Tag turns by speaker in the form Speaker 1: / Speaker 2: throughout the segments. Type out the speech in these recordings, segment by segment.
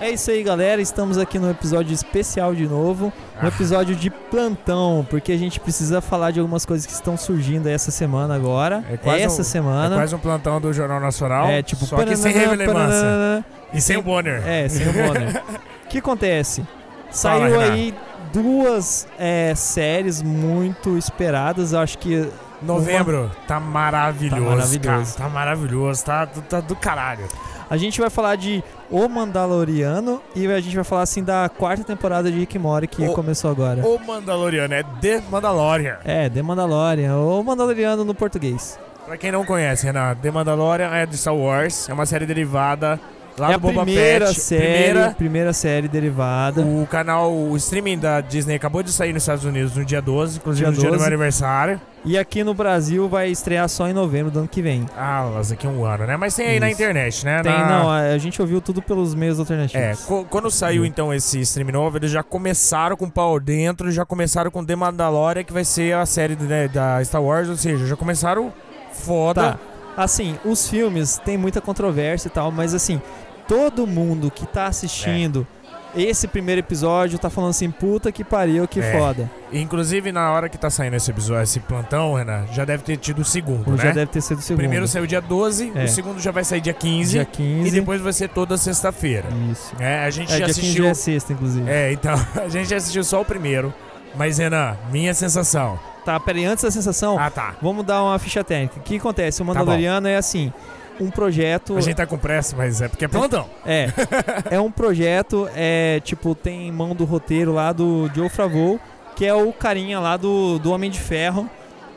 Speaker 1: É isso aí, galera. Estamos aqui no episódio especial de novo, um
Speaker 2: Ah.
Speaker 1: episódio de plantão, porque a gente precisa falar de algumas coisas que estão surgindo aí essa semana agora.
Speaker 2: É quase
Speaker 1: essa
Speaker 2: um- É
Speaker 1: semana.
Speaker 2: quase um plantão do Jornal Nacional.
Speaker 1: É, tipo,
Speaker 2: só que sem
Speaker 1: pananana,
Speaker 2: relevância.
Speaker 1: pananana.
Speaker 2: E sem o Bonner.
Speaker 1: É, sem o Bonner. O que acontece? Saiu
Speaker 2: Renato.
Speaker 1: aí duas é, séries muito esperadas. Eu acho que
Speaker 2: Novembro tá maravilhoso,
Speaker 1: Tá maravilhoso.
Speaker 2: cara. Tá maravilhoso, tá, tá- tá do caralho.
Speaker 1: a gente vai falar de O Mandaloriano e a gente vai falar assim da quarta temporada de Rick and Morty que
Speaker 2: O-
Speaker 1: começou agora.
Speaker 2: O Mandaloriano é The Mandalorian.
Speaker 1: É, The Mandalorian, ou Mandaloriano no português.
Speaker 2: Pra quem não conhece, Renan, The Mandalorian é de Star Wars, é uma série derivada lá
Speaker 1: é a
Speaker 2: do Tá Boba
Speaker 1: primeira
Speaker 2: Fett.
Speaker 1: série, primeira...
Speaker 2: Primeira,
Speaker 1: série derivada.
Speaker 2: o canal, o streaming da Disney acabou de sair nos Estados Unidos no dia 12, inclusive
Speaker 1: Dia
Speaker 2: no dia do meu
Speaker 1: 12.
Speaker 2: aniversário.
Speaker 1: E aqui no Brasil vai estrear só em novembro do ano que vem.
Speaker 2: Ah, mas daqui a um ano, né? Mas tem aí na
Speaker 1: Isso.
Speaker 2: internet, né?
Speaker 1: Tem,
Speaker 2: Na-
Speaker 1: não, a a gente ouviu tudo pelos meios
Speaker 2: É,
Speaker 1: alternativos.
Speaker 2: co- quando saiu
Speaker 1: Uhum.
Speaker 2: então esse stream novo, eles já começaram com o pau dentro, já começaram com The Mandalorian, que vai ser a série né, da Star Wars, ou seja, já começaram foda.
Speaker 1: Tá. Assim, os filmes tem muita controvérsia e tal, mas assim, todo mundo que tá assistindo esse primeiro episódio tá falando assim, puta que pariu, que
Speaker 2: É.
Speaker 1: foda.
Speaker 2: Inclusive, na hora que tá saindo esse episódio, esse plantão, Renan, já deve ter tido o segundo,
Speaker 1: Ou
Speaker 2: né?
Speaker 1: já deve ter sido o
Speaker 2: O
Speaker 1: segundo.
Speaker 2: primeiro saiu dia 12,
Speaker 1: É.
Speaker 2: o segundo já vai sair dia 15,
Speaker 1: dia 15.
Speaker 2: e depois vai ser toda sexta-feira.
Speaker 1: Isso.
Speaker 2: É, a gente
Speaker 1: É,
Speaker 2: já
Speaker 1: dia 15
Speaker 2: assistiu.
Speaker 1: é sexta, inclusive.
Speaker 2: É, então, a gente já assistiu só o primeiro. Mas, Renan, minha sensação.
Speaker 1: Tá, peraí, antes da sensação,
Speaker 2: Ah, tá.
Speaker 1: vamos dar uma ficha técnica. O que acontece? O Mandaloriano é assim, um projeto...
Speaker 2: A gente tá com pressa, mas é porque é plantão.
Speaker 1: É. é um projeto, é tipo, tem mão do roteiro lá do Joe Favreau, que é o carinha lá do, do Homem de Ferro,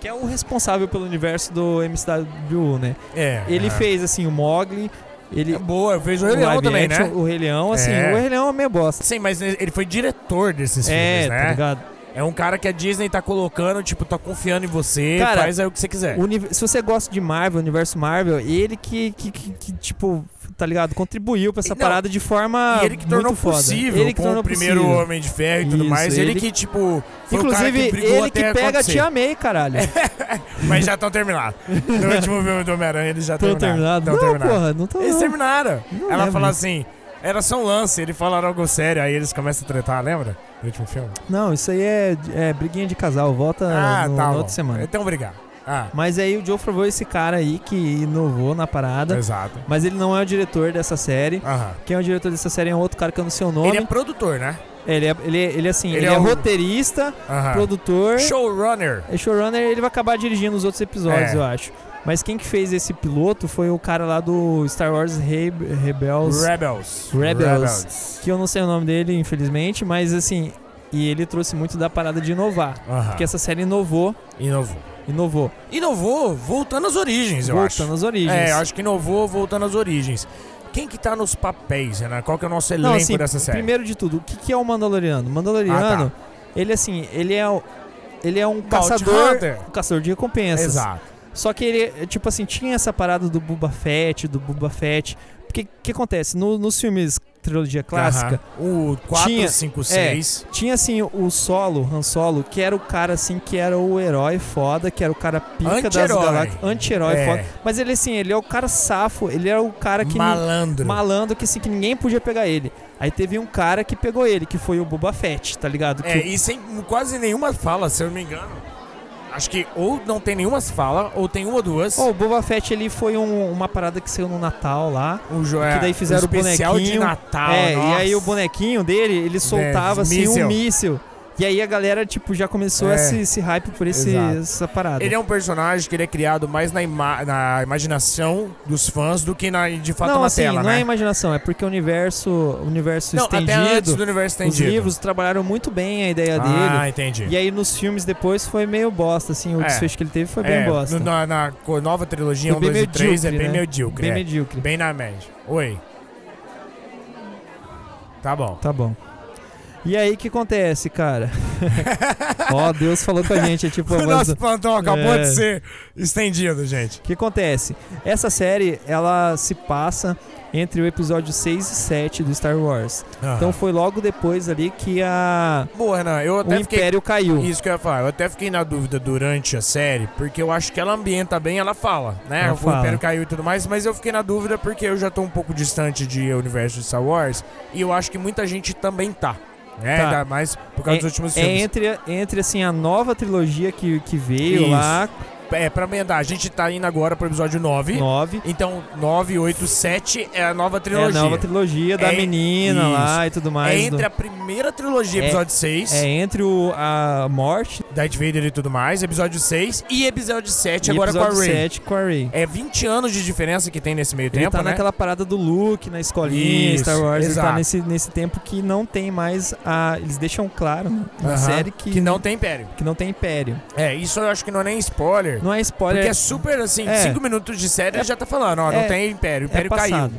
Speaker 1: que é o responsável pelo universo do MCW, né?
Speaker 2: É.
Speaker 1: Ele
Speaker 2: é.
Speaker 1: fez, assim, o Mogli, ele...
Speaker 2: É boa, eu vejo o Rei Leão
Speaker 1: live
Speaker 2: também,
Speaker 1: action,
Speaker 2: né?
Speaker 1: O Rei Leão, assim,
Speaker 2: É.
Speaker 1: o Rei Leão é meio bosta.
Speaker 2: Sim, mas ele foi diretor desses
Speaker 1: É,
Speaker 2: filmes,
Speaker 1: tá
Speaker 2: né?
Speaker 1: ligado?
Speaker 2: é um cara que a Disney tá colocando, tipo, tá confiando em você,
Speaker 1: Cara,
Speaker 2: faz aí o que você quiser.
Speaker 1: O univ- Se você gosta de Marvel, universo Marvel, ele que, que, que- que, tipo, tá ligado? Contribuiu pra essa
Speaker 2: Não,
Speaker 1: parada de forma
Speaker 2: E ele que
Speaker 1: é
Speaker 2: tornou
Speaker 1: muito foda.
Speaker 2: possível
Speaker 1: Ele que
Speaker 2: com
Speaker 1: tornou
Speaker 2: o primeiro
Speaker 1: possível.
Speaker 2: Homem de Ferro e tudo
Speaker 1: Isso,
Speaker 2: mais. Ele,
Speaker 1: ele-
Speaker 2: que, tipo, foi o
Speaker 1: Inclusive,
Speaker 2: cara que brigou
Speaker 1: ele
Speaker 2: até
Speaker 1: que pega
Speaker 2: acontecer. É.
Speaker 1: Te Amei, caralho.
Speaker 2: Mas já estão terminados. No último filme do Homem-Aranha, eles já
Speaker 1: Tão
Speaker 2: terminaram.
Speaker 1: terminado?
Speaker 2: Tão
Speaker 1: Não,
Speaker 2: terminaram.
Speaker 1: porra, É, não tô
Speaker 2: Eles
Speaker 1: não.
Speaker 2: terminaram.
Speaker 1: Não
Speaker 2: Ela
Speaker 1: lembro
Speaker 2: fala
Speaker 1: disso.
Speaker 2: assim, era só um lance, ele falaram algo sério, aí eles começam a tretar, lembra? No último filme.
Speaker 1: Não, isso aí é, é briguinha de casal, volta Ah, no, na
Speaker 2: Ah, bom.
Speaker 1: outra semana.
Speaker 2: Então, obrigado. Ah,
Speaker 1: Mas aí o Joe Favreau é esse cara aí que inovou na parada,
Speaker 2: exato.
Speaker 1: mas ele não é o diretor dessa série.
Speaker 2: Aham.
Speaker 1: Quem é o diretor dessa série é um outro cara que eu não sei o nome.
Speaker 2: Ele é produtor, né?
Speaker 1: Ele é, ele é- ele é assim, ele,
Speaker 2: Ele
Speaker 1: é,
Speaker 2: é o- Ah.
Speaker 1: roteirista,
Speaker 2: Aham.
Speaker 1: produtor,
Speaker 2: Showrunner.
Speaker 1: é showrunner, ele vai acabar dirigindo os outros episódios,
Speaker 2: É.
Speaker 1: eu acho. Mas quem que fez esse piloto foi o cara lá do Star Wars Re- Rebels.
Speaker 2: Rebels.
Speaker 1: Rebels. que eu não sei o nome dele, infelizmente, mas assim, e ele trouxe muito da parada de inovar.
Speaker 2: Aham.
Speaker 1: Porque essa série inovou,
Speaker 2: Inovou.
Speaker 1: inovou,
Speaker 2: Inovou voltando às origens, eu acho.
Speaker 1: voltando às origens.
Speaker 2: É, eu acho que inovou voltando às origens. Quem que tá nos papéis, Renan? Qual que é o nosso elenco
Speaker 1: não, assim,
Speaker 2: dessa série?
Speaker 1: primeiro de tudo, o que, que é o Mandaloriano? O Mandaloriano,
Speaker 2: Ah, tá.
Speaker 1: ele assim, ele é o- ele é um caçador,
Speaker 2: Hunter.
Speaker 1: um caçador de recompensas.
Speaker 2: Exato.
Speaker 1: Só que ele, tipo assim, tinha essa parada do Boba Fett, do Boba Fett. Porque o que acontece? No- nos filmes trilogia clássica,
Speaker 2: Aham. O 4,
Speaker 1: Tinha-
Speaker 2: 5, 6.
Speaker 1: tinha assim o solo, Han Solo, que era o cara assim, que era o herói foda, que era o cara pica das
Speaker 2: Anti-herói.
Speaker 1: galáxias, anti-herói
Speaker 2: É.
Speaker 1: foda. Mas ele assim, ele é o cara safo, ele era o cara que ni-
Speaker 2: Malandro.
Speaker 1: malandro que assim, que ninguém podia pegar ele. Aí teve um cara que pegou ele, que foi o Boba Fett, tá ligado?
Speaker 2: É,
Speaker 1: Que-
Speaker 2: e sem quase nenhuma fala, se eu não me engano. Acho que ou não tem nenhuma fala, ou tem uma ou duas.
Speaker 1: Ó, o Boba Fett ele foi um- uma parada que saiu no Natal lá.
Speaker 2: o jo-
Speaker 1: que daí
Speaker 2: é,
Speaker 1: fizeram o
Speaker 2: especial de
Speaker 1: bonequinho.
Speaker 2: Natal.
Speaker 1: é, e aí
Speaker 2: Ah, nossa. É,
Speaker 1: o bonequinho dele, ele soltava assim um
Speaker 2: míssel.
Speaker 1: míssil. E aí a galera, tipo, já começou
Speaker 2: É.
Speaker 1: esse, esse hype por esse,
Speaker 2: Exato.
Speaker 1: essa parada.
Speaker 2: Ele é um personagem que ele é criado mais na, ima- na imaginação dos fãs do que na, de fato
Speaker 1: não,
Speaker 2: na
Speaker 1: assim,
Speaker 2: tela,
Speaker 1: não
Speaker 2: né?
Speaker 1: é imaginação, é porque o universo, o universo
Speaker 2: não, até antes
Speaker 1: estendido,
Speaker 2: do universo
Speaker 1: os
Speaker 2: estendido.
Speaker 1: livros trabalharam muito bem a ideia
Speaker 2: Ah,
Speaker 1: dele.
Speaker 2: entendi.
Speaker 1: E aí nos filmes depois foi meio bosta, assim, o
Speaker 2: É.
Speaker 1: desfecho que ele teve foi
Speaker 2: É,
Speaker 1: bem bosta.
Speaker 2: no- na, na co- nova trilogia
Speaker 1: Foi
Speaker 2: 1,
Speaker 1: bem
Speaker 2: 2 e 3
Speaker 1: medíocre,
Speaker 2: é bem
Speaker 1: né?
Speaker 2: medíocre.
Speaker 1: bem
Speaker 2: é.
Speaker 1: medíocre.
Speaker 2: Bem na média. Oi. Tá bom.
Speaker 1: Tá bom. E aí o que acontece, cara? Ó, Deus falou com a gente, é tipo...
Speaker 2: O
Speaker 1: mas-
Speaker 2: nosso plantão acabou
Speaker 1: É.
Speaker 2: de ser estendido, gente.
Speaker 1: O que acontece? Essa série, ela se passa entre o episódio 6 e 7 do Star Wars. Então foi logo depois ali que a...
Speaker 2: Ah. boa, Renan. Eu
Speaker 1: o
Speaker 2: até fiquei
Speaker 1: Império caiu.
Speaker 2: Isso que eu ia falar. Eu até fiquei na dúvida durante a série, porque eu acho que ela ambienta bem, ela fala, né?
Speaker 1: Ela
Speaker 2: o
Speaker 1: fala.
Speaker 2: Império caiu e tudo mais, mas eu fiquei na dúvida porque eu já tô um pouco distante de universo de Star Wars e eu acho que muita gente também tá. Né?
Speaker 1: Tá.
Speaker 2: Ainda mais por causa dos últimos
Speaker 1: É
Speaker 2: filmes.
Speaker 1: entre, entre assim, a nova trilogia que, que veio
Speaker 2: Isso.
Speaker 1: lá,
Speaker 2: É, pra emendar, a gente tá indo agora pro episódio 9.
Speaker 1: 9.
Speaker 2: Então, 9, 8, 7 é a
Speaker 1: É
Speaker 2: nova
Speaker 1: a
Speaker 2: trilogia.
Speaker 1: nova trilogia da
Speaker 2: É-
Speaker 1: menina lá e tudo
Speaker 2: é
Speaker 1: mais. do-
Speaker 2: entre a primeira trilogia,
Speaker 1: É-
Speaker 2: episódio 6,
Speaker 1: é entre o, a morte
Speaker 2: Darth Vader e tudo mais, episódio 6, e episódio 7
Speaker 1: e
Speaker 2: agora com a
Speaker 1: episódio
Speaker 2: Rey.
Speaker 1: 7 com a Rey.
Speaker 2: É 20 anos de diferença que tem nesse meio
Speaker 1: Ele
Speaker 2: tempo,
Speaker 1: tá
Speaker 2: né?
Speaker 1: naquela parada do Luke na escolinha,
Speaker 2: Isso,
Speaker 1: Star Wars, ele
Speaker 2: exato.
Speaker 1: tá nesse, nesse tempo que não tem mais a. Eles deixam claro né, na
Speaker 2: Aham,
Speaker 1: série que,
Speaker 2: Que não tem império.
Speaker 1: que não tem império.
Speaker 2: É, isso eu acho que não é nem spoiler.
Speaker 1: Não é spoiler,
Speaker 2: porque é super assim,
Speaker 1: É.
Speaker 2: 5 minutos de série ele já tá falando, ó, não
Speaker 1: é-
Speaker 2: tem império, o
Speaker 1: é
Speaker 2: império caiu.
Speaker 1: passado.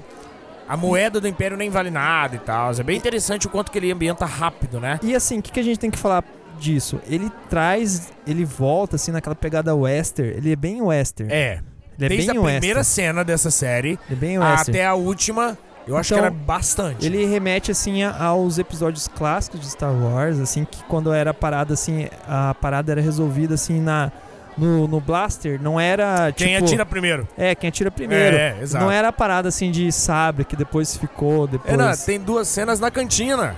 Speaker 2: A moeda do império nem vale nada e tal. É bem interessante o quanto que ele ambienta rápido, né?
Speaker 1: E assim, o que, que a gente tem que falar disso? Ele traz, ele volta assim naquela pegada western, ele é bem western.
Speaker 2: É,
Speaker 1: ele é
Speaker 2: desde
Speaker 1: bem
Speaker 2: a primeira
Speaker 1: western.
Speaker 2: cena dessa série
Speaker 1: Ele é bem western.
Speaker 2: até a última, eu acho que
Speaker 1: Então,
Speaker 2: era bastante.
Speaker 1: Ele remete assim a- aos episódios clássicos de Star Wars, assim que quando era a parada assim, a parada era resolvida assim na no, no blaster, não era tipo
Speaker 2: Quem atira primeiro?
Speaker 1: É, quem atira primeiro.
Speaker 2: É, é, exato.
Speaker 1: Não era a parada assim de sabre que depois ficou, depois.
Speaker 2: É, não, tem duas cenas na cantina.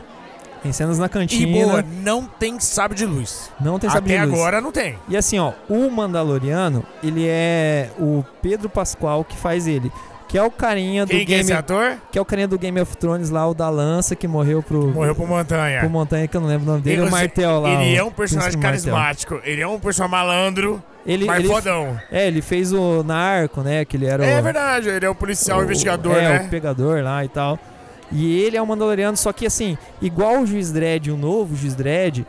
Speaker 1: Tem cenas na
Speaker 2: E
Speaker 1: cantina.
Speaker 2: boa, não tem sabre de luz.
Speaker 1: Não tem sabre
Speaker 2: Até
Speaker 1: de luz.
Speaker 2: agora não tem.
Speaker 1: E assim, ó, o Mandaloriano, ele é o Pedro Pascoal que faz ele. Que é o carinha do
Speaker 2: Quem que é
Speaker 1: Game.
Speaker 2: esse ator?
Speaker 1: que é o carinha do Game of Thrones lá, o da lança que morreu pro.
Speaker 2: Morreu por montanha.
Speaker 1: pro montanha, que eu não lembro o nome dele,
Speaker 2: É. Ele-
Speaker 1: o Martel lá.
Speaker 2: Ele
Speaker 1: o
Speaker 2: é um personagem
Speaker 1: príncipe Martel.
Speaker 2: carismático, ele é um personagem malandro,
Speaker 1: Ele,
Speaker 2: mas
Speaker 1: ele,
Speaker 2: fodão.
Speaker 1: é, ele fez o Narco, né? Que ele era
Speaker 2: É
Speaker 1: o.
Speaker 2: verdade, ele é um policial investigador,
Speaker 1: é, o
Speaker 2: né?
Speaker 1: pegador lá e tal. E ele é um Mandaloriano, só que assim, igual o Juiz Dredd, o novo Juiz Dredd,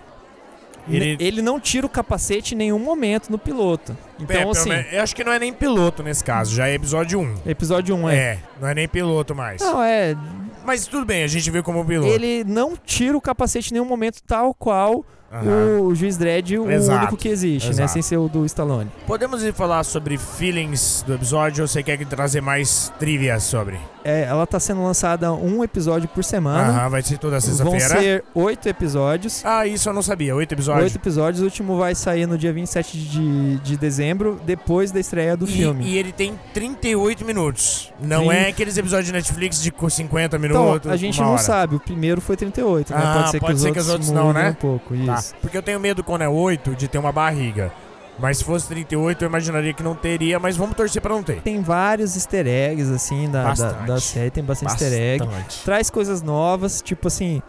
Speaker 2: Ele-
Speaker 1: ele... não tira o capacete em nenhum momento no piloto. Então,
Speaker 2: É, pelo
Speaker 1: assim,
Speaker 2: menos- eu acho que não é nem piloto nesse caso, já é episódio 1.
Speaker 1: episódio 1 é.
Speaker 2: É, não é nem piloto mais.
Speaker 1: Não, é.
Speaker 2: Mas tudo bem, a gente vê como piloto.
Speaker 1: Ele não tira o capacete em nenhum momento, tal qual
Speaker 2: Aham.
Speaker 1: o Juiz Dredd, o
Speaker 2: Exato,
Speaker 1: único que existe, né?
Speaker 2: exato.
Speaker 1: Sem ser o do Stallone.
Speaker 2: Podemos ir falar sobre feelings do episódio ou você quer que trazer mais trivia sobre?
Speaker 1: É, ela tá sendo lançada um episódio por semana.
Speaker 2: Aham, vai ser toda
Speaker 1: Vão
Speaker 2: sexta-feira.
Speaker 1: ser oito episódios.
Speaker 2: Ah, isso eu não sabia, oito episódios.
Speaker 1: Oito episódios, o último vai sair no dia 27 de, de dezembro, depois da estreia do
Speaker 2: E-
Speaker 1: filme.
Speaker 2: E ele tem 38 minutos. Não
Speaker 1: Trin-
Speaker 2: é aqueles episódios de Netflix de co- 50
Speaker 1: então,
Speaker 2: minutos.
Speaker 1: a gente
Speaker 2: uma
Speaker 1: não
Speaker 2: hora.
Speaker 1: sabe, o primeiro foi 38, né?
Speaker 2: Ah,
Speaker 1: pode ser que,
Speaker 2: pode
Speaker 1: os,
Speaker 2: ser que
Speaker 1: outros
Speaker 2: os outros não,
Speaker 1: mudem
Speaker 2: né?
Speaker 1: um pouco,
Speaker 2: Tá.
Speaker 1: isso.
Speaker 2: Porque eu tenho medo quando é 8 de ter uma barriga. Mas se fosse 38, eu imaginaria que não teria, mas vamos torcer pra não ter.
Speaker 1: Tem vários easter eggs, assim, da, da,
Speaker 2: Bastante.
Speaker 1: da série, tem bastante, easter egg.
Speaker 2: Bastante.
Speaker 1: Traz coisas novas, tipo assim,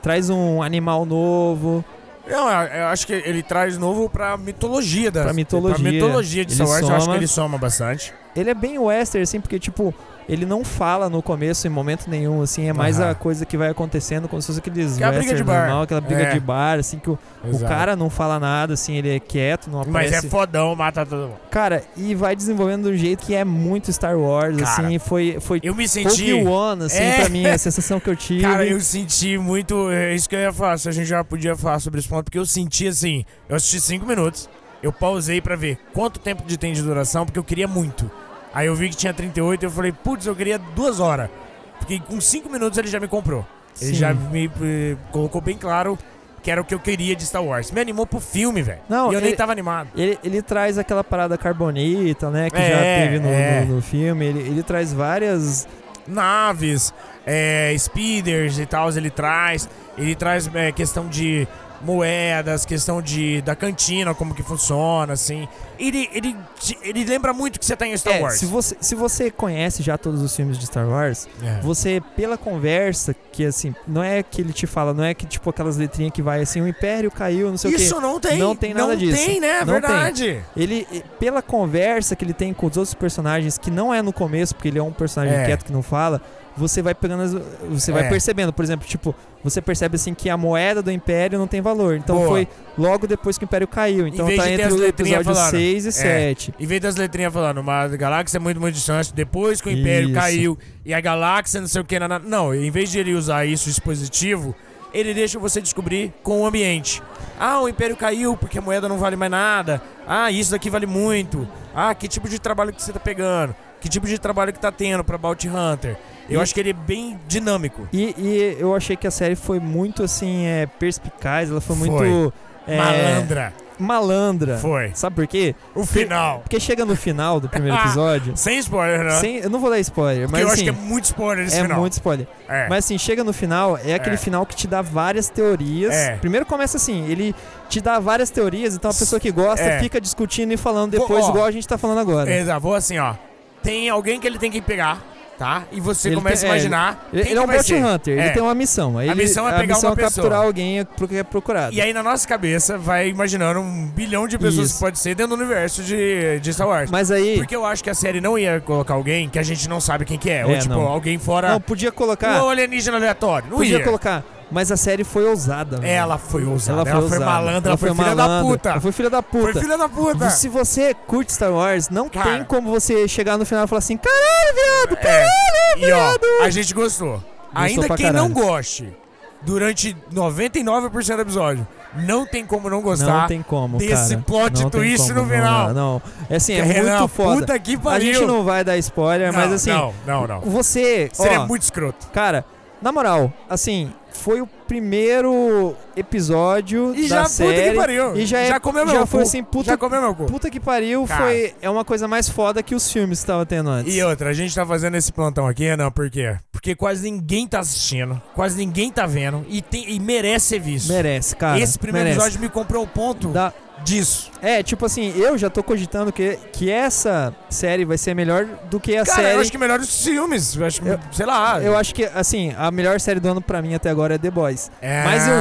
Speaker 1: traz um animal novo
Speaker 2: Não, eu eu acho que ele traz novo pra mitologia da
Speaker 1: pra mitologia.
Speaker 2: Pra mitologia de
Speaker 1: Ele
Speaker 2: Star Wars, eu acho que
Speaker 1: soma.
Speaker 2: ele soma bastante.
Speaker 1: Ele é bem western, assim, porque, tipo, ele não fala no começo em momento nenhum, assim, é mais
Speaker 2: Aham.
Speaker 1: a coisa que vai acontecendo, como se fosse aqueles
Speaker 2: Que é a briga de
Speaker 1: western
Speaker 2: bar.
Speaker 1: normal, aquela briga
Speaker 2: É.
Speaker 1: de bar, assim, que o, o cara não fala nada, assim, ele é quieto, não
Speaker 2: Mas
Speaker 1: aparece.
Speaker 2: é fodão, mata todo mundo.
Speaker 1: Cara, e vai desenvolvendo de um jeito que é muito Star Wars,
Speaker 2: Cara,
Speaker 1: assim, foi, foi
Speaker 2: Eu me senti.
Speaker 1: Obi-Wan, assim,
Speaker 2: É.
Speaker 1: pra mim, a sensação que eu tive.
Speaker 2: Cara, eu senti muito. É isso que eu ia falar. Se a gente já podia falar sobre esse ponto, porque eu senti assim. Eu assisti cinco minutos, eu pausei pra ver quanto tempo de tem de duração, porque eu queria muito. Aí eu vi que tinha 38 e eu falei, putz, eu queria duas horas. Porque com cinco minutos ele já me comprou. Ele
Speaker 1: Sim.
Speaker 2: já me eh, colocou bem claro que era o que eu queria de Star Wars. Me animou pro filme, velho. E
Speaker 1: Não,
Speaker 2: eu nem
Speaker 1: ele-
Speaker 2: tava animado.
Speaker 1: Ele, ele traz aquela parada carbonita, né, que já
Speaker 2: É,
Speaker 1: teve no,
Speaker 2: é.
Speaker 1: no- no filme. Ele, ele traz várias.
Speaker 2: naves, é, speeders e tal, ele traz. Ele traz é, questão de moedas, questão de da cantina, como que funciona, assim. Ele, ele, te- ele lembra muito que você tá em Star
Speaker 1: É,
Speaker 2: Wars.
Speaker 1: se, você, se você conhece já todos os filmes de Star Wars,
Speaker 2: É.
Speaker 1: você, pela conversa, que assim, não é que ele te fala, não é que tipo aquelas letrinhas que vai assim, o Império caiu, não sei o quê.
Speaker 2: Isso não tem.
Speaker 1: Não tem nada
Speaker 2: não
Speaker 1: disso.
Speaker 2: tem, né? É
Speaker 1: Não tem.
Speaker 2: verdade.
Speaker 1: Ele, e- pela conversa que ele tem com os outros personagens, que não é no começo, porque ele é um personagem
Speaker 2: É.
Speaker 1: quieto que não fala, você vai pegando as- você
Speaker 2: É.
Speaker 1: vai percebendo, por exemplo, tipo, você percebe assim que a moeda do império não tem valor. Então
Speaker 2: Boa.
Speaker 1: foi logo depois que o império caiu. Então
Speaker 2: vez
Speaker 1: tá
Speaker 2: de ter
Speaker 1: entre
Speaker 2: as
Speaker 1: o
Speaker 2: letrinhas É.
Speaker 1: episódio
Speaker 2: falando.
Speaker 1: 6 e 7.
Speaker 2: Em vez das letrinhas falando, uma galáxia é muito, muito distante, depois que o Império
Speaker 1: Isso.
Speaker 2: caiu e a galáxia não sei o que. Não, não, em vez de ele usar isso, esse dispositivo, ele deixa você descobrir com o ambiente. Ah, o império caiu porque a moeda não vale mais nada. Ah, isso daqui vale muito. Ah, que tipo de trabalho que você tá pegando? Que tipo de trabalho que tá tendo pra Bounty Hunter? Eu
Speaker 1: E-
Speaker 2: acho que ele é bem dinâmico.
Speaker 1: E, e eu achei que a série foi muito assim, é, perspicaz, ela foi,
Speaker 2: Foi.
Speaker 1: muito. é,
Speaker 2: Malandra.
Speaker 1: Malandra.
Speaker 2: Foi.
Speaker 1: Sabe por quê?
Speaker 2: O final.
Speaker 1: Porque chega no final do primeiro episódio.
Speaker 2: Sem spoiler, né?
Speaker 1: sem- eu não vou dar spoiler,
Speaker 2: Ah. Porque
Speaker 1: mas
Speaker 2: eu acho
Speaker 1: assim,
Speaker 2: que é muito spoiler esse
Speaker 1: é
Speaker 2: final.
Speaker 1: muito spoiler.
Speaker 2: É.
Speaker 1: Mas assim, chega no final, é aquele
Speaker 2: É.
Speaker 1: final que te dá várias teorias.
Speaker 2: É.
Speaker 1: Primeiro começa assim, ele te dá várias teorias, então a pessoa que gosta
Speaker 2: É.
Speaker 1: fica discutindo e falando
Speaker 2: Vou-
Speaker 1: depois,
Speaker 2: ó.
Speaker 1: igual a gente tá falando agora.
Speaker 2: Exato, vou assim, ó. Tem alguém que ele tem que pegar, tá? E você
Speaker 1: Ele
Speaker 2: começa
Speaker 1: tem-
Speaker 2: a
Speaker 1: é,
Speaker 2: imaginar.
Speaker 1: Ele, ele é
Speaker 2: quem que
Speaker 1: um
Speaker 2: vai
Speaker 1: bounty
Speaker 2: ser.
Speaker 1: hunter, ele
Speaker 2: É.
Speaker 1: tem uma missão. aí
Speaker 2: A
Speaker 1: ele-
Speaker 2: missão é pegar
Speaker 1: a missão
Speaker 2: uma
Speaker 1: é capturar
Speaker 2: pessoa.
Speaker 1: alguém é pro que é procurado.
Speaker 2: E aí, na nossa cabeça, vai imaginando um bilhão de pessoas
Speaker 1: Isso.
Speaker 2: que pode ser dentro do universo de, de Star Wars.
Speaker 1: Mas aí.
Speaker 2: Porque eu acho que a série não ia colocar alguém que a gente não sabe quem que é.
Speaker 1: É,
Speaker 2: ou, tipo,
Speaker 1: não.
Speaker 2: alguém fora.
Speaker 1: Não, podia colocar.
Speaker 2: um alienígena aleatório. Não
Speaker 1: podia
Speaker 2: ia.
Speaker 1: colocar. Mas a série foi ousada. velho.
Speaker 2: Ela foi ousada. Ela foi,
Speaker 1: ousada.
Speaker 2: malandra. Ela foi, filha
Speaker 1: malandra,
Speaker 2: da puta.
Speaker 1: Ela foi filha da
Speaker 2: Foi
Speaker 1: puta.
Speaker 2: filha da puta.
Speaker 1: Se você curte Star Wars, não
Speaker 2: Cara.
Speaker 1: tem como você chegar no final e falar assim: caralho, viado,
Speaker 2: É.
Speaker 1: caralho,
Speaker 2: E ó,
Speaker 1: viado.
Speaker 2: a gente gostou. Ainda
Speaker 1: pra
Speaker 2: quem não
Speaker 1: caralho.
Speaker 2: goste, durante 99% do episódio, não tem como não gostar.
Speaker 1: Não tem como,
Speaker 2: desse
Speaker 1: cara.
Speaker 2: plot
Speaker 1: Não tem
Speaker 2: twist
Speaker 1: como,
Speaker 2: no final.
Speaker 1: Não, não. É assim, é
Speaker 2: Renan,
Speaker 1: muito foda.
Speaker 2: Puta que
Speaker 1: a
Speaker 2: pariu.
Speaker 1: gente não vai dar spoiler,
Speaker 2: Não,
Speaker 1: mas assim,
Speaker 2: Não, não, não.
Speaker 1: você.
Speaker 2: Seria
Speaker 1: ó,
Speaker 2: muito escroto.
Speaker 1: Cara, na moral, assim, foi o primeiro episódio
Speaker 2: E
Speaker 1: da
Speaker 2: já, puta
Speaker 1: série.
Speaker 2: que pariu.
Speaker 1: E já, é,
Speaker 2: comeu meu
Speaker 1: já
Speaker 2: cu.
Speaker 1: foi assim, puta,
Speaker 2: já comeu meu cu.
Speaker 1: puta que pariu,
Speaker 2: Cara.
Speaker 1: foi, é uma coisa mais foda que os filmes que tava tendo antes.
Speaker 2: E outra, a gente tá fazendo esse plantão aqui, Renan, por quê? Porque quase ninguém tá assistindo, quase ninguém tá vendo e, tem, e merece ser visto.
Speaker 1: Merece, cara.
Speaker 2: esse primeiro
Speaker 1: merece.
Speaker 2: episódio me comprou o ponto
Speaker 1: Dá-
Speaker 2: disso.
Speaker 1: É, tipo assim, eu já tô cogitando que, que essa série vai ser melhor do que a
Speaker 2: Cara,
Speaker 1: série.
Speaker 2: eu acho que é melhor os filmes. Eu acho que,
Speaker 1: Eu-
Speaker 2: sei lá.
Speaker 1: Eu acho que, assim, a melhor série do ano pra mim até agora é The Boys.
Speaker 2: É,
Speaker 1: Mas eu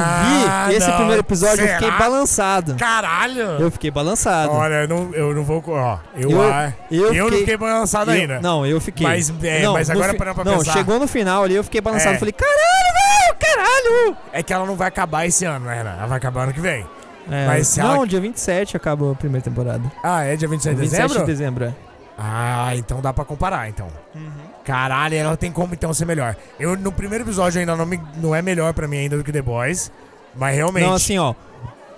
Speaker 1: vi esse
Speaker 2: não.
Speaker 1: primeiro episódio, eu fiquei
Speaker 2: Será?
Speaker 1: balançado.
Speaker 2: Caralho!
Speaker 1: Eu fiquei balançado.
Speaker 2: Olha, eu não, eu não vou. co- Ó, eu,
Speaker 1: Eu-
Speaker 2: ah, eu, não fiquei balançado
Speaker 1: eu-
Speaker 2: ainda.
Speaker 1: Não, eu fiquei.
Speaker 2: Mas, é,
Speaker 1: não,
Speaker 2: mas
Speaker 1: no
Speaker 2: agora
Speaker 1: fi-
Speaker 2: parando pra
Speaker 1: Não,
Speaker 2: pensar.
Speaker 1: chegou no final ali, eu fiquei balançado.
Speaker 2: É.
Speaker 1: Falei, caralho, velho, caralho!
Speaker 2: É que ela não vai acabar esse ano, né, Renan? Ela vai acabar ano que vem.
Speaker 1: É,
Speaker 2: Mas se
Speaker 1: não,
Speaker 2: ela-
Speaker 1: dia 27 acaba a primeira temporada.
Speaker 2: Ah, é dia 27 de
Speaker 1: 27
Speaker 2: dezembro?
Speaker 1: de dezembro, é.
Speaker 2: Ah, então dá pra comparar, então. Caralho, ela tem como então ser melhor. Eu, no primeiro episódio, ainda não, me, não é melhor pra mim ainda do que The Boys. Mas realmente.
Speaker 1: Não, assim, ó.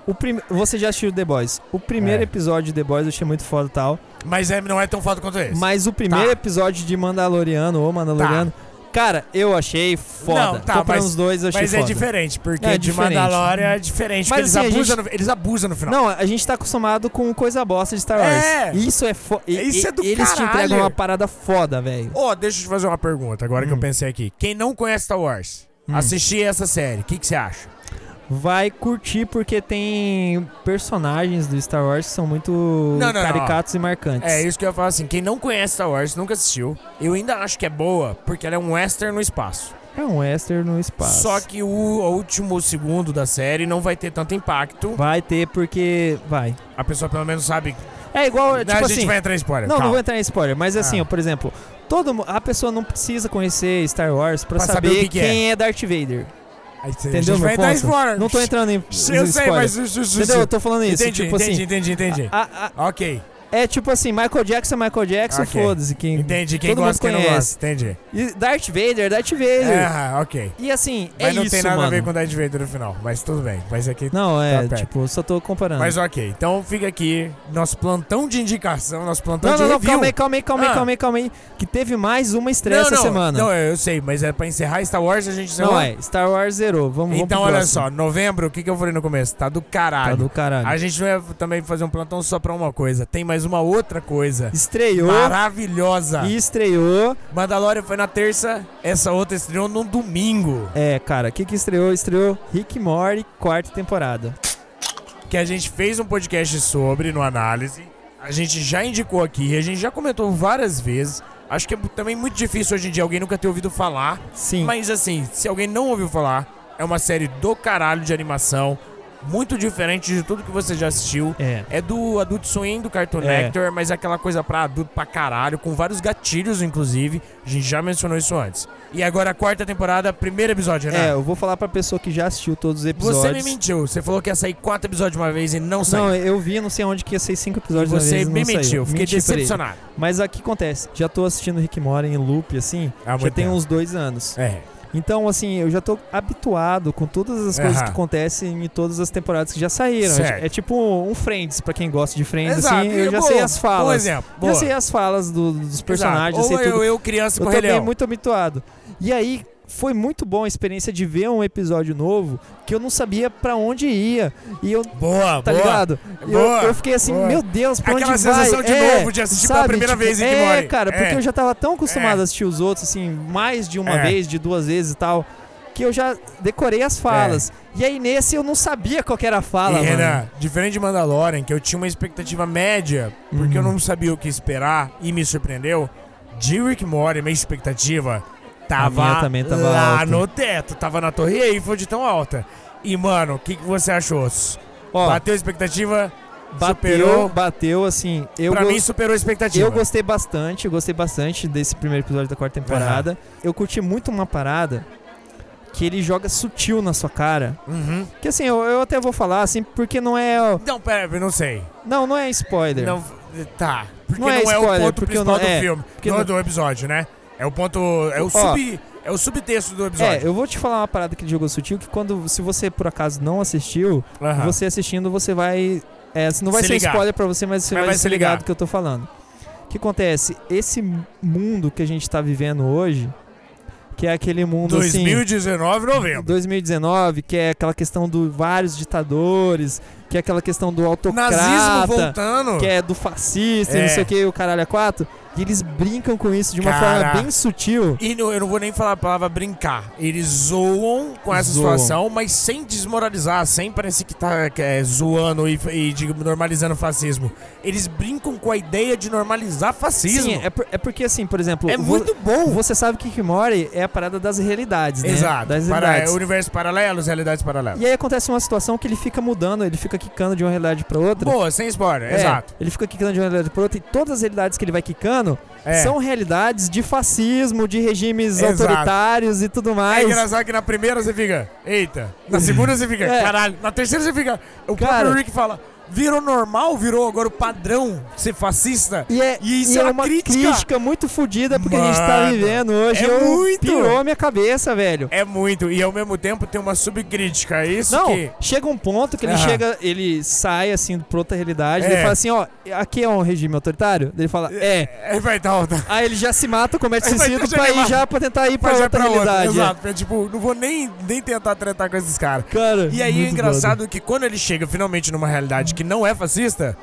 Speaker 1: O prim... Você já assistiu The Boys. O primeiro
Speaker 2: É.
Speaker 1: episódio de The Boys eu achei muito foda e tal.
Speaker 2: Mas é, não é tão foda quanto esse.
Speaker 1: Mas o primeiro
Speaker 2: Tá.
Speaker 1: episódio de Mandaloriano ou Mandaloriano, cara, eu achei foda.
Speaker 2: Não, tá,
Speaker 1: Comparando
Speaker 2: mas-
Speaker 1: os dois, eu achei
Speaker 2: Mas é
Speaker 1: foda.
Speaker 2: diferente, porque
Speaker 1: É
Speaker 2: de
Speaker 1: diferente.
Speaker 2: Mandalorian é diferente.
Speaker 1: Mas
Speaker 2: porque
Speaker 1: assim, a
Speaker 2: eles, abusam
Speaker 1: gente-
Speaker 2: no, eles abusam no final.
Speaker 1: Não, a gente tá acostumado com coisa bosta de Star Wars.
Speaker 2: É.
Speaker 1: Isso é foda.
Speaker 2: Isso é do
Speaker 1: Eles te entregam
Speaker 2: caralho.
Speaker 1: uma parada foda, velho.
Speaker 2: Ó, deixa eu te fazer uma pergunta, agora que
Speaker 1: Hum.
Speaker 2: eu pensei aqui. Quem não conhece Star Wars,
Speaker 1: Hum.
Speaker 2: assistir essa série, o que que você acha?
Speaker 1: Vai curtir porque tem personagens do Star Wars que são muito
Speaker 2: não, não.
Speaker 1: caricatos e marcantes.
Speaker 2: É isso que eu ia falar assim, quem não conhece Star Wars, nunca assistiu, eu ainda acho que é boa, porque ela é um western no espaço.
Speaker 1: É um western no espaço.
Speaker 2: Só que o último segundo da série não vai ter tanto impacto.
Speaker 1: Vai ter porque. Vai.
Speaker 2: A pessoa pelo menos sabe. né,
Speaker 1: É igual, tipo
Speaker 2: a gente
Speaker 1: assim.
Speaker 2: vai entrar em spoiler.
Speaker 1: Não, não
Speaker 2: calma.
Speaker 1: vou entrar em spoiler, mas assim,
Speaker 2: Ah.
Speaker 1: ó, por exemplo, todo mu- a pessoa não precisa conhecer Star Wars pra
Speaker 2: Pra
Speaker 1: saber,
Speaker 2: saber o que que é.
Speaker 1: quem é. Darth Vader.
Speaker 2: Aí você- a
Speaker 1: Entendeu
Speaker 2: gente
Speaker 1: meu
Speaker 2: vai entrar em
Speaker 1: ponto?
Speaker 2: spoiler.
Speaker 1: Não tô entrando em
Speaker 2: Eu
Speaker 1: em
Speaker 2: sei,
Speaker 1: spoiler.
Speaker 2: mas... isso, isso,
Speaker 1: Entendeu? Eu
Speaker 2: isso.
Speaker 1: tô falando isso.
Speaker 2: Entendi,
Speaker 1: tipo
Speaker 2: entendi,
Speaker 1: assim.
Speaker 2: entendi, entendi.
Speaker 1: a- a-
Speaker 2: Ok,
Speaker 1: é tipo assim, Michael Jackson, Michael Jackson,
Speaker 2: Ok.
Speaker 1: foda-se. Quem,
Speaker 2: entendi. Quem
Speaker 1: todo
Speaker 2: gosta,
Speaker 1: mundo
Speaker 2: quem não
Speaker 1: conhece.
Speaker 2: gosta. Entendi.
Speaker 1: E Darth Vader, Darth Vader.
Speaker 2: Ah, ok.
Speaker 1: E assim,
Speaker 2: Mas
Speaker 1: é
Speaker 2: não
Speaker 1: isso,
Speaker 2: tem nada
Speaker 1: mano.
Speaker 2: a ver com Darth Vader no final, mas tudo bem. Mas aqui.
Speaker 1: Não, é,
Speaker 2: Tá perto.
Speaker 1: tipo, só tô comparando.
Speaker 2: Mas ok, então fica aqui nosso plantão de indicação, nosso plantão
Speaker 1: não,
Speaker 2: de
Speaker 1: não, não,
Speaker 2: review.
Speaker 1: calma aí, calma aí, calma aí,
Speaker 2: Ah.
Speaker 1: calma aí, calma aí. Que teve mais uma estreia
Speaker 2: não,
Speaker 1: essa
Speaker 2: não,
Speaker 1: semana.
Speaker 2: Não, eu sei, mas é pra encerrar Star Wars, a gente encerrou.
Speaker 1: Não, é, Star Wars zerou. Vamos, vamos pro
Speaker 2: Então, olha
Speaker 1: próximo.
Speaker 2: só, novembro, o que, que eu falei no começo? Tá do
Speaker 1: Tá
Speaker 2: caralho.
Speaker 1: do caralho.
Speaker 2: A gente não ia também fazer um plantão só pra uma coisa. Tem mais uma outra coisa.
Speaker 1: Estreou
Speaker 2: Maravilhosa.
Speaker 1: e estreou.
Speaker 2: Mandalorian foi na terça, essa outra estreou no domingo.
Speaker 1: É, cara, o que que estreou? Estreou Rick and Morty, quarta temporada.
Speaker 2: que a gente fez um podcast sobre no análise. A gente já indicou aqui, a gente já comentou várias vezes. Acho que é também muito difícil hoje em dia alguém nunca ter ouvido falar.
Speaker 1: Sim.
Speaker 2: Mas assim, se alguém não ouviu falar, é uma série do caralho de animação, muito diferente de tudo que você já assistiu.
Speaker 1: É.
Speaker 2: É do Adult Swim, do Cartoon
Speaker 1: É.
Speaker 2: Network, mas é aquela coisa pra adulto pra caralho, com vários gatilhos, inclusive. A gente já mencionou isso antes. E agora a quarta temporada, primeiro episódio, né?
Speaker 1: É, eu vou falar pra pessoa que já assistiu todos os episódios.
Speaker 2: Você me mentiu. Você falou que ia sair quatro episódios de uma vez e não saiu.
Speaker 1: Não, eu vi, não sei onde que ia ser cinco episódios na
Speaker 2: Você
Speaker 1: vez, não
Speaker 2: me
Speaker 1: saiu.
Speaker 2: mentiu, fiquei
Speaker 1: Menti pra ele.
Speaker 2: decepcionado.
Speaker 1: Mas o que acontece? Já tô assistindo Rick and Morty em loop, assim,
Speaker 2: Há
Speaker 1: já
Speaker 2: muito
Speaker 1: tem
Speaker 2: tempo.
Speaker 1: uns dois anos.
Speaker 2: É.
Speaker 1: Então, assim, eu já tô habituado com todas as coisas
Speaker 2: Aham.
Speaker 1: que acontecem em todas as temporadas que já saíram.
Speaker 2: Certo.
Speaker 1: É, tipo um Friends, pra quem gosta de Friends, assim,
Speaker 2: e é
Speaker 1: eu já
Speaker 2: boa,
Speaker 1: sei as
Speaker 2: Bom
Speaker 1: falas.
Speaker 2: exemplo.
Speaker 1: Já
Speaker 2: Boa.
Speaker 1: sei assim, as falas do- dos personagens,
Speaker 2: Exato.
Speaker 1: sei
Speaker 2: Ou
Speaker 1: tudo.
Speaker 2: eu, eu criança
Speaker 1: Eu
Speaker 2: com o Rei
Speaker 1: também
Speaker 2: Leão.
Speaker 1: muito habituado. E aí, foi muito bom a experiência de ver um episódio novo que eu não sabia pra onde ia. E eu,
Speaker 2: Boa,
Speaker 1: tá
Speaker 2: boa.
Speaker 1: ligado? E eu,
Speaker 2: boa,
Speaker 1: eu fiquei assim,
Speaker 2: boa.
Speaker 1: meu Deus, pra
Speaker 2: Aquela
Speaker 1: onde
Speaker 2: sensação
Speaker 1: vai?
Speaker 2: de
Speaker 1: É,
Speaker 2: novo, de assistir
Speaker 1: sabe?
Speaker 2: pela primeira
Speaker 1: Tipo,
Speaker 2: vez em que
Speaker 1: É,
Speaker 2: morre.
Speaker 1: cara, porque
Speaker 2: É.
Speaker 1: eu já tava tão acostumado
Speaker 2: É.
Speaker 1: a assistir os outros, assim, mais de uma
Speaker 2: É.
Speaker 1: vez, de duas vezes e tal, que eu já decorei as falas. E aí, nesse, eu não sabia qual que era a fala,
Speaker 2: É. e
Speaker 1: mano.
Speaker 2: Renan, diferente de Mandalorian, que eu tinha uma expectativa média, porque eu
Speaker 1: Uhum.
Speaker 2: não sabia o que esperar e me surpreendeu, de Rick Mori, minha expectativa
Speaker 1: A
Speaker 2: tava,
Speaker 1: minha também tava
Speaker 2: lá
Speaker 1: alta.
Speaker 2: no teto, tava na torre Eiffel de tão alta. E, mano, o que, que você achou?
Speaker 1: Uhum. Ó,
Speaker 2: Bateu a expectativa?
Speaker 1: bateu,
Speaker 2: superou?
Speaker 1: bateu, assim, eu
Speaker 2: pra
Speaker 1: go-
Speaker 2: mim, superou a expectativa.
Speaker 1: Eu gostei bastante, eu gostei bastante desse primeiro episódio da quarta temporada. Eu curti muito uma parada que ele joga sutil na sua cara.
Speaker 2: Uhum.
Speaker 1: Que assim, eu, eu até vou falar assim, porque não é.
Speaker 2: Não, pera, eu não sei.
Speaker 1: Não, não é spoiler.
Speaker 2: Não, tá. Porque
Speaker 1: Não
Speaker 2: não,
Speaker 1: é
Speaker 2: é,
Speaker 1: spoiler,
Speaker 2: o ponto
Speaker 1: porque eu
Speaker 2: principal
Speaker 1: não-
Speaker 2: do
Speaker 1: é,
Speaker 2: filme,
Speaker 1: porque
Speaker 2: do,
Speaker 1: não-
Speaker 2: do episódio, né? É o ponto. É o, sub, é o subtexto do
Speaker 1: é,
Speaker 2: episódio.
Speaker 1: eu vou te falar uma parada que ele jogou sutil, que quando. Se você por acaso não assistiu,
Speaker 2: Aham.
Speaker 1: você assistindo, você vai. É, não vai
Speaker 2: Tá.
Speaker 1: ser
Speaker 2: Se ligar.
Speaker 1: spoiler pra você, mas você
Speaker 2: Mas
Speaker 1: vai,
Speaker 2: vai
Speaker 1: se
Speaker 2: se
Speaker 1: ligar
Speaker 2: ligar.
Speaker 1: do que eu tô falando. O que acontece? Esse mundo que a gente tá vivendo hoje, que é aquele mundo assim.
Speaker 2: 2019, novembro.
Speaker 1: 2019, que é aquela questão do vários ditadores, que é aquela questão do autocrata,
Speaker 2: Nazismo voltando.
Speaker 1: que é do fascista, e
Speaker 2: É.
Speaker 1: não sei o que, o caralho é quatro. E eles brincam com isso de uma
Speaker 2: Cara.
Speaker 1: forma bem sutil.
Speaker 2: E não- eu não vou nem falar a palavra brincar. Eles zoam com essa
Speaker 1: Zoam.
Speaker 2: situação, mas sem desmoralizar, sem parecer que tá que é, zoando e, e digo, normalizando o fascismo. Eles brincam com a ideia de normalizar fascismo.
Speaker 1: Sim, é, por- é porque assim, por exemplo,
Speaker 2: É
Speaker 1: vo-
Speaker 2: muito bom.
Speaker 1: você sabe que Kikimori é a parada das realidades, né?
Speaker 2: Exato.
Speaker 1: Das
Speaker 2: Para, é,
Speaker 1: realidades.
Speaker 2: universos paralelos, realidades paralelas.
Speaker 1: E aí acontece uma situação que ele fica mudando, ele fica quicando de uma realidade pra outra.
Speaker 2: Boa, sem spoiler,
Speaker 1: É,
Speaker 2: exato.
Speaker 1: Ele fica quicando de uma realidade pra outra e todas as realidades que ele vai quicando
Speaker 2: É.
Speaker 1: são realidades de fascismo, de regimes
Speaker 2: Exato.
Speaker 1: autoritários e tudo
Speaker 2: É
Speaker 1: mais.
Speaker 2: engraçado que na primeira você fica, eita. Na segunda você fica,
Speaker 1: É.
Speaker 2: caralho. Na terceira você fica, o
Speaker 1: Cara.
Speaker 2: próprio Rick fala, virou normal, virou agora o padrão ser fascista.
Speaker 1: E é,
Speaker 2: E isso
Speaker 1: e
Speaker 2: é
Speaker 1: é
Speaker 2: uma
Speaker 1: uma crítica,
Speaker 2: crítica
Speaker 1: muito fodida porque a gente tá
Speaker 2: Mano,
Speaker 1: vivendo hoje.
Speaker 2: é
Speaker 1: eu,
Speaker 2: muito.
Speaker 1: Pirou a minha cabeça, velho.
Speaker 2: É muito, e ao mesmo tempo tem uma subcrítica. É isso
Speaker 1: Não,
Speaker 2: que.
Speaker 1: chega um ponto que ele
Speaker 2: Aham.
Speaker 1: chega, ele sai assim pra outra realidade, ele
Speaker 2: É.
Speaker 1: fala assim, ó, aqui é um regime autoritário? Ele fala, é.
Speaker 2: É, vai dar, dar.
Speaker 1: Aí ele já se mata, comete
Speaker 2: Aí vai
Speaker 1: suicídio
Speaker 2: deixar
Speaker 1: pra ir
Speaker 2: queimado.
Speaker 1: já pra tentar ir pra
Speaker 2: Mas
Speaker 1: outra
Speaker 2: é pra outra.
Speaker 1: realidade.
Speaker 2: Exato. É tipo, não vou nem, nem tentar tratar com esses caras.
Speaker 1: Cara,
Speaker 2: E aí
Speaker 1: muito
Speaker 2: é engraçado que quando ele chega finalmente numa realidade que não é fascista,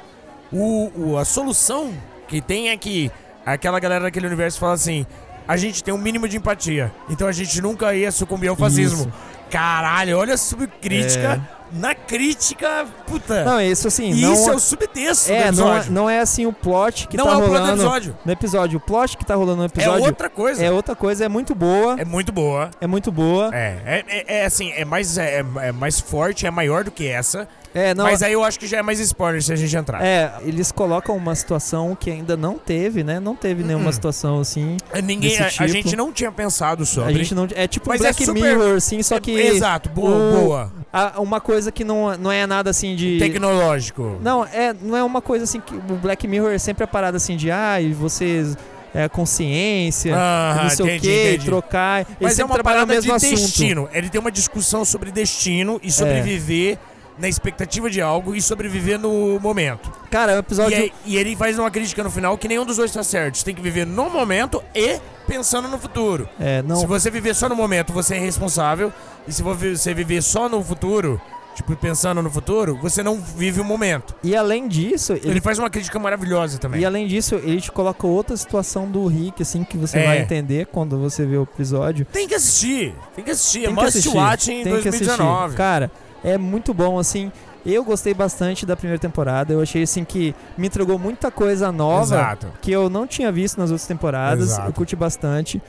Speaker 2: o, o- a solução que tem é que aquela galera daquele universo fala assim: a gente tem um mínimo de empatia, então a gente nunca ia sucumbir ao fascismo.
Speaker 1: Isso. É.
Speaker 2: Caralho, olha a subcrítica na crítica, puta.
Speaker 1: Não, isso assim,
Speaker 2: e
Speaker 1: não
Speaker 2: isso é o subtexto do
Speaker 1: é, não, é-
Speaker 2: episódio.
Speaker 1: não é assim o plot que
Speaker 2: Não
Speaker 1: tá
Speaker 2: é o plot do
Speaker 1: rolando
Speaker 2: episódio.
Speaker 1: no episódio. O plot que tá rolando no episódio
Speaker 2: é outra coisa.
Speaker 1: é outra coisa, é muito boa,
Speaker 2: É muito boa.
Speaker 1: é muito boa.
Speaker 2: É, é, é, é assim, é mais, é, é mais forte, é maior do que essa.
Speaker 1: É, não,
Speaker 2: mas aí eu acho que já é mais spoiler se a gente entrar.
Speaker 1: é, eles colocam uma situação que ainda não teve, né? Não teve nenhuma
Speaker 2: Uhum.
Speaker 1: situação assim.
Speaker 2: Ninguém,
Speaker 1: desse
Speaker 2: a, a
Speaker 1: tipo.
Speaker 2: gente não tinha pensado sobre.
Speaker 1: A gente não, é tipo um
Speaker 2: Mas é
Speaker 1: Black
Speaker 2: super- é
Speaker 1: Mirror, assim, só que
Speaker 2: Exato, boa,
Speaker 1: o-
Speaker 2: boa.
Speaker 1: a- uma coisa que não, não é nada assim de
Speaker 2: Tecnológico.
Speaker 1: Não, é, não é uma coisa assim que o Black Mirror é sempre a parada assim de ah, e vocês é consciência,
Speaker 2: Ah,
Speaker 1: não sei
Speaker 2: entendi,
Speaker 1: o quê,
Speaker 2: entendi.
Speaker 1: trocar. Eles
Speaker 2: Mas é
Speaker 1: sempre
Speaker 2: uma
Speaker 1: trabalham o
Speaker 2: parada de
Speaker 1: mesmo assunto. É.
Speaker 2: destino. Ele tem uma discussão sobre destino e sobreviver na expectativa de algo e sobreviver no momento.
Speaker 1: Cara, é um
Speaker 2: E,
Speaker 1: episódio
Speaker 2: aí- e ele faz uma crítica no final que nenhum dos dois tá certo. Você tem que viver no momento e pensando no futuro.
Speaker 1: É, não.
Speaker 2: Se você viver só no momento, você é irresponsável. E se vo- você viver só no futuro, tipo, pensando no futuro, você não vive o momento.
Speaker 1: E além disso,
Speaker 2: Ele,
Speaker 1: ele,
Speaker 2: faz uma crítica maravilhosa também.
Speaker 1: e além disso, ele te coloca outra situação do Rick, assim, que você
Speaker 2: É.
Speaker 1: vai entender quando você vê o episódio.
Speaker 2: Tem que assistir. Tem que assistir.
Speaker 1: Tem
Speaker 2: é
Speaker 1: que
Speaker 2: must
Speaker 1: assistir,
Speaker 2: watch em
Speaker 1: tem que assistir.
Speaker 2: 2019.
Speaker 1: Cara, é muito bom, assim. Eu gostei bastante da primeira temporada. Eu achei, assim, que me entregou muita coisa nova
Speaker 2: Exato.
Speaker 1: que eu não tinha visto nas outras temporadas.
Speaker 2: Exato.
Speaker 1: Eu curti bastante.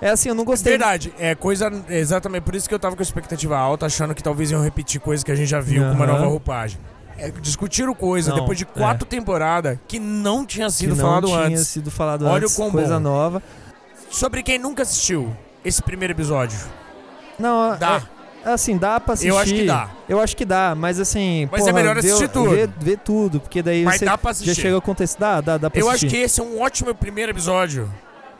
Speaker 1: É assim, eu não gostei.
Speaker 2: Verdade, é coisa. é Exatamente, por isso que eu tava com a expectativa alta, achando que talvez iam repetir coisa que a gente já viu com uma
Speaker 1: Aham.
Speaker 2: nova roupagem. É, discutiram coisa
Speaker 1: Não, é.
Speaker 2: depois de quatro temporadas que não tinha
Speaker 1: que
Speaker 2: sido
Speaker 1: não
Speaker 2: falado
Speaker 1: tinha
Speaker 2: antes.
Speaker 1: sido falado
Speaker 2: Olha
Speaker 1: antes.
Speaker 2: o quão
Speaker 1: coisa
Speaker 2: bom.
Speaker 1: nova.
Speaker 2: Sobre quem nunca assistiu esse primeiro episódio.
Speaker 1: Não, é-
Speaker 2: Dá.
Speaker 1: Assim, dá pra assistir.
Speaker 2: Eu acho que dá.
Speaker 1: Eu acho que dá, mas assim.
Speaker 2: Mas é
Speaker 1: porra,
Speaker 2: melhor
Speaker 1: vê-
Speaker 2: assistir tudo.
Speaker 1: Vê, vê tudo, porque daí
Speaker 2: Mas
Speaker 1: você
Speaker 2: dá pra
Speaker 1: já
Speaker 2: assistir.
Speaker 1: chega com texto. Dá, dá, dá pra
Speaker 2: Eu acho
Speaker 1: assistir.
Speaker 2: que esse é um ótimo primeiro episódio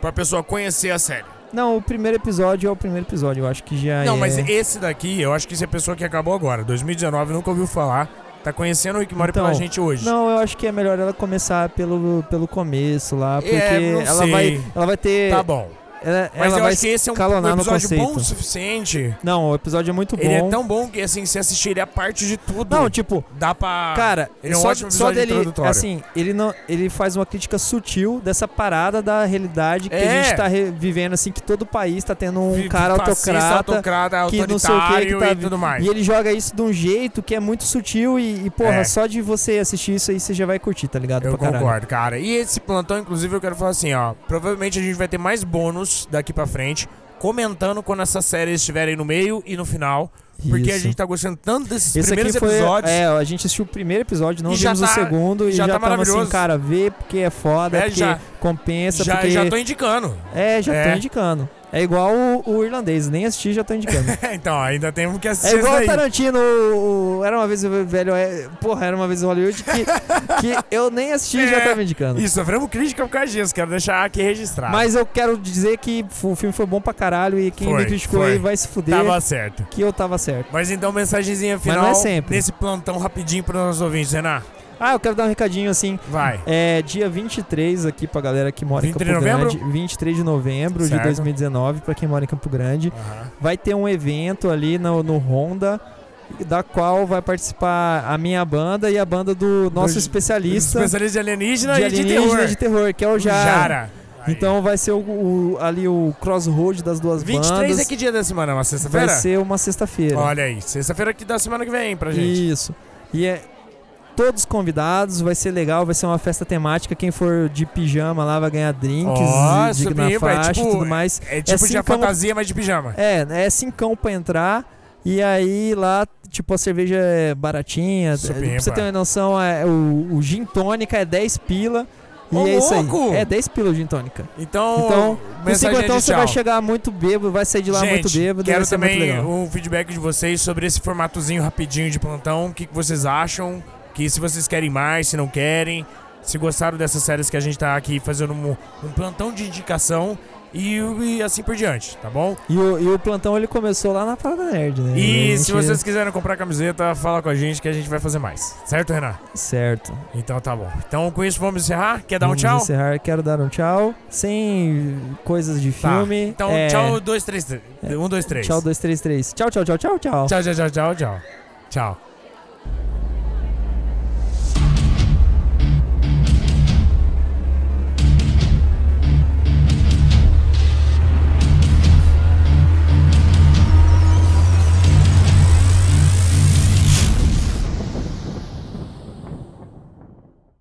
Speaker 2: pra pessoa conhecer a série.
Speaker 1: Não, o primeiro episódio é o primeiro episódio, eu acho que já
Speaker 2: Não,
Speaker 1: é...
Speaker 2: mas esse daqui, eu acho que esse é a pessoa que acabou agora. 2019, nunca ouviu falar. Tá conhecendo o Rick Mori
Speaker 1: Então,
Speaker 2: pela gente hoje.
Speaker 1: Não, eu acho que é melhor ela começar pelo, pelo começo lá, porque
Speaker 2: É, não
Speaker 1: ela
Speaker 2: sei.
Speaker 1: vai ela vai ter
Speaker 2: Tá bom.
Speaker 1: ela,
Speaker 2: Mas
Speaker 1: é, ela
Speaker 2: eu
Speaker 1: vai
Speaker 2: acho que esse é um,
Speaker 1: escalonar
Speaker 2: um
Speaker 1: no
Speaker 2: episódio bom
Speaker 1: conceito.
Speaker 2: o suficiente.
Speaker 1: Não, o episódio é muito bom.
Speaker 2: Ele é tão bom que, assim, você assistiria a parte de tudo.
Speaker 1: Não, tipo,
Speaker 2: Dá pra...
Speaker 1: cara,
Speaker 2: ele é um
Speaker 1: só,
Speaker 2: ótimo
Speaker 1: só
Speaker 2: episódio
Speaker 1: dele,
Speaker 2: introdutório.
Speaker 1: assim, ele não, ele faz uma crítica sutil dessa parada da realidade que
Speaker 2: É.
Speaker 1: a gente tá re- vivendo assim que todo país tá tendo um
Speaker 2: Vi-
Speaker 1: cara
Speaker 2: fascista,
Speaker 1: autocrata
Speaker 2: autocrata
Speaker 1: que não sei o que, que
Speaker 2: autoritário
Speaker 1: tá
Speaker 2: e tudo mais.
Speaker 1: E ele joga isso de um jeito que é muito sutil e, e, porra,
Speaker 2: É.
Speaker 1: só de você assistir isso aí você já vai curtir, tá ligado?
Speaker 2: Eu
Speaker 1: pra caralho.
Speaker 2: concordo, cara. E esse plantão, inclusive, eu quero falar assim, ó. Provavelmente a gente vai ter mais bônus daqui pra frente, comentando quando essas séries estiverem no meio e no final. Porque a
Speaker 1: Isso.
Speaker 2: gente tá gostando tanto desses
Speaker 1: Esse
Speaker 2: primeiros
Speaker 1: aqui foi,
Speaker 2: episódios.
Speaker 1: É, a gente assistiu o primeiro episódio, não
Speaker 2: E já
Speaker 1: vimos o
Speaker 2: tá-
Speaker 1: segundo e
Speaker 2: já
Speaker 1: já,
Speaker 2: tá
Speaker 1: tava assim,
Speaker 2: maravilhoso.
Speaker 1: cara, vê porque é foda,
Speaker 2: É,
Speaker 1: porque
Speaker 2: já-
Speaker 1: compensa,
Speaker 2: já,
Speaker 1: porque
Speaker 2: já tô indicando.
Speaker 1: É, já
Speaker 2: É.
Speaker 1: tô indicando. É igual o, o irlandês, nem assisti, já tô indicando.
Speaker 2: então, ainda temos que
Speaker 1: É
Speaker 2: assistir
Speaker 1: igual o
Speaker 2: isso daí.
Speaker 1: Tarantino, o- o- era uma vez o velho, é, porra, era uma vez em Hollywood que, que eu nem assisti e já
Speaker 2: É,
Speaker 1: tava indicando.
Speaker 2: Isso, sofremos crítica por causa disso, quero deixar aqui registrado.
Speaker 1: Mas eu quero dizer que f- o filme foi bom pra caralho e quem
Speaker 2: Foi,
Speaker 1: me criticou
Speaker 2: foi.
Speaker 1: aí vai se fuder
Speaker 2: Tava certo.
Speaker 1: que eu tava certo.
Speaker 2: Mas então, mensagenzinha
Speaker 1: não
Speaker 2: final
Speaker 1: é sempre.
Speaker 2: nesse plantão rapidinho para nossos ouvintes, Renan.
Speaker 1: Ah, eu quero dar um recadinho assim.
Speaker 2: Vai.
Speaker 1: É dia 23 aqui pra galera que mora em
Speaker 2: 23
Speaker 1: Campo
Speaker 2: de
Speaker 1: Grande. 23 de novembro
Speaker 2: Certo.
Speaker 1: de 2019, pra quem mora em Campo Grande.
Speaker 2: Aham.
Speaker 1: Vai ter um evento ali no, no Honda, da qual vai participar a minha banda e a banda do nosso
Speaker 2: Do-
Speaker 1: especialista,
Speaker 2: Uhum. Especialista de alienígena,
Speaker 1: de
Speaker 2: e de
Speaker 1: alienígena
Speaker 2: terror.
Speaker 1: de terror, que é o Jara.
Speaker 2: Jara. Aí.
Speaker 1: Então vai ser o, o- ali o crossroad das duas
Speaker 2: 23
Speaker 1: bandas.
Speaker 2: é que dia da semana? Uma
Speaker 1: Vai
Speaker 2: sexta-feira?
Speaker 1: ser uma sexta-feira.
Speaker 2: Olha aí, sexta-feira que da semana que vem pra gente.
Speaker 1: Isso. E é todos convidados, vai ser legal, vai ser uma festa temática. Quem for de pijama lá vai ganhar drinks,
Speaker 2: Ó,
Speaker 1: de, de na
Speaker 2: subiu, é
Speaker 1: faixa e
Speaker 2: tipo-
Speaker 1: tudo mais.
Speaker 2: É tipo
Speaker 1: assim
Speaker 2: de
Speaker 1: como-
Speaker 2: fantasia, mas de pijama.
Speaker 1: É, é cincão pra entrar. E aí lá, tipo, a cerveja é baratinha. É,
Speaker 2: Supimpa.
Speaker 1: Pra você ter uma noção, é, o, o gin tônica é 10 pila. E
Speaker 2: Ô,
Speaker 1: é isso
Speaker 2: louco!
Speaker 1: aí. É 10 pila o gin tônica.
Speaker 2: Então,
Speaker 1: Então, No
Speaker 2: mensagem
Speaker 1: cinquentão
Speaker 2: de
Speaker 1: você
Speaker 2: tchau.
Speaker 1: vai chegar muito bêbado, vai sair de lá é
Speaker 2: Gente,
Speaker 1: muito bêbado. vai
Speaker 2: quero
Speaker 1: ser muito
Speaker 2: também
Speaker 1: legal.
Speaker 2: um feedback de vocês sobre esse formatozinho rapidinho de plantão. O que, que vocês acham? Que se vocês querem mais, se não querem. Se gostaram dessas séries que a gente tá aqui fazendo um, um plantão de indicação e, e assim por diante, tá bom?
Speaker 1: E o, e o plantão ele começou lá na Parada Nerd, né?
Speaker 2: E
Speaker 1: A
Speaker 2: se
Speaker 1: gente-
Speaker 2: vocês quiserem comprar camiseta, fala com a gente que a gente vai fazer mais. Certo, Renan?
Speaker 1: Certo.
Speaker 2: Então tá bom. Então com isso vamos encerrar. Quer dar um
Speaker 1: Vamos
Speaker 2: tchau?
Speaker 1: encerrar. Quero dar um tchau. Sem coisas de
Speaker 2: Tá.
Speaker 1: filme.
Speaker 2: Então
Speaker 1: É,
Speaker 2: tchau, dois, três, três. Um, dois, três.
Speaker 1: Tchau, dois, três, três. Tchau, tchau, tchau, tchau, tchau.
Speaker 2: tchau, tchau, tchau, tchau. Tchau. tchau.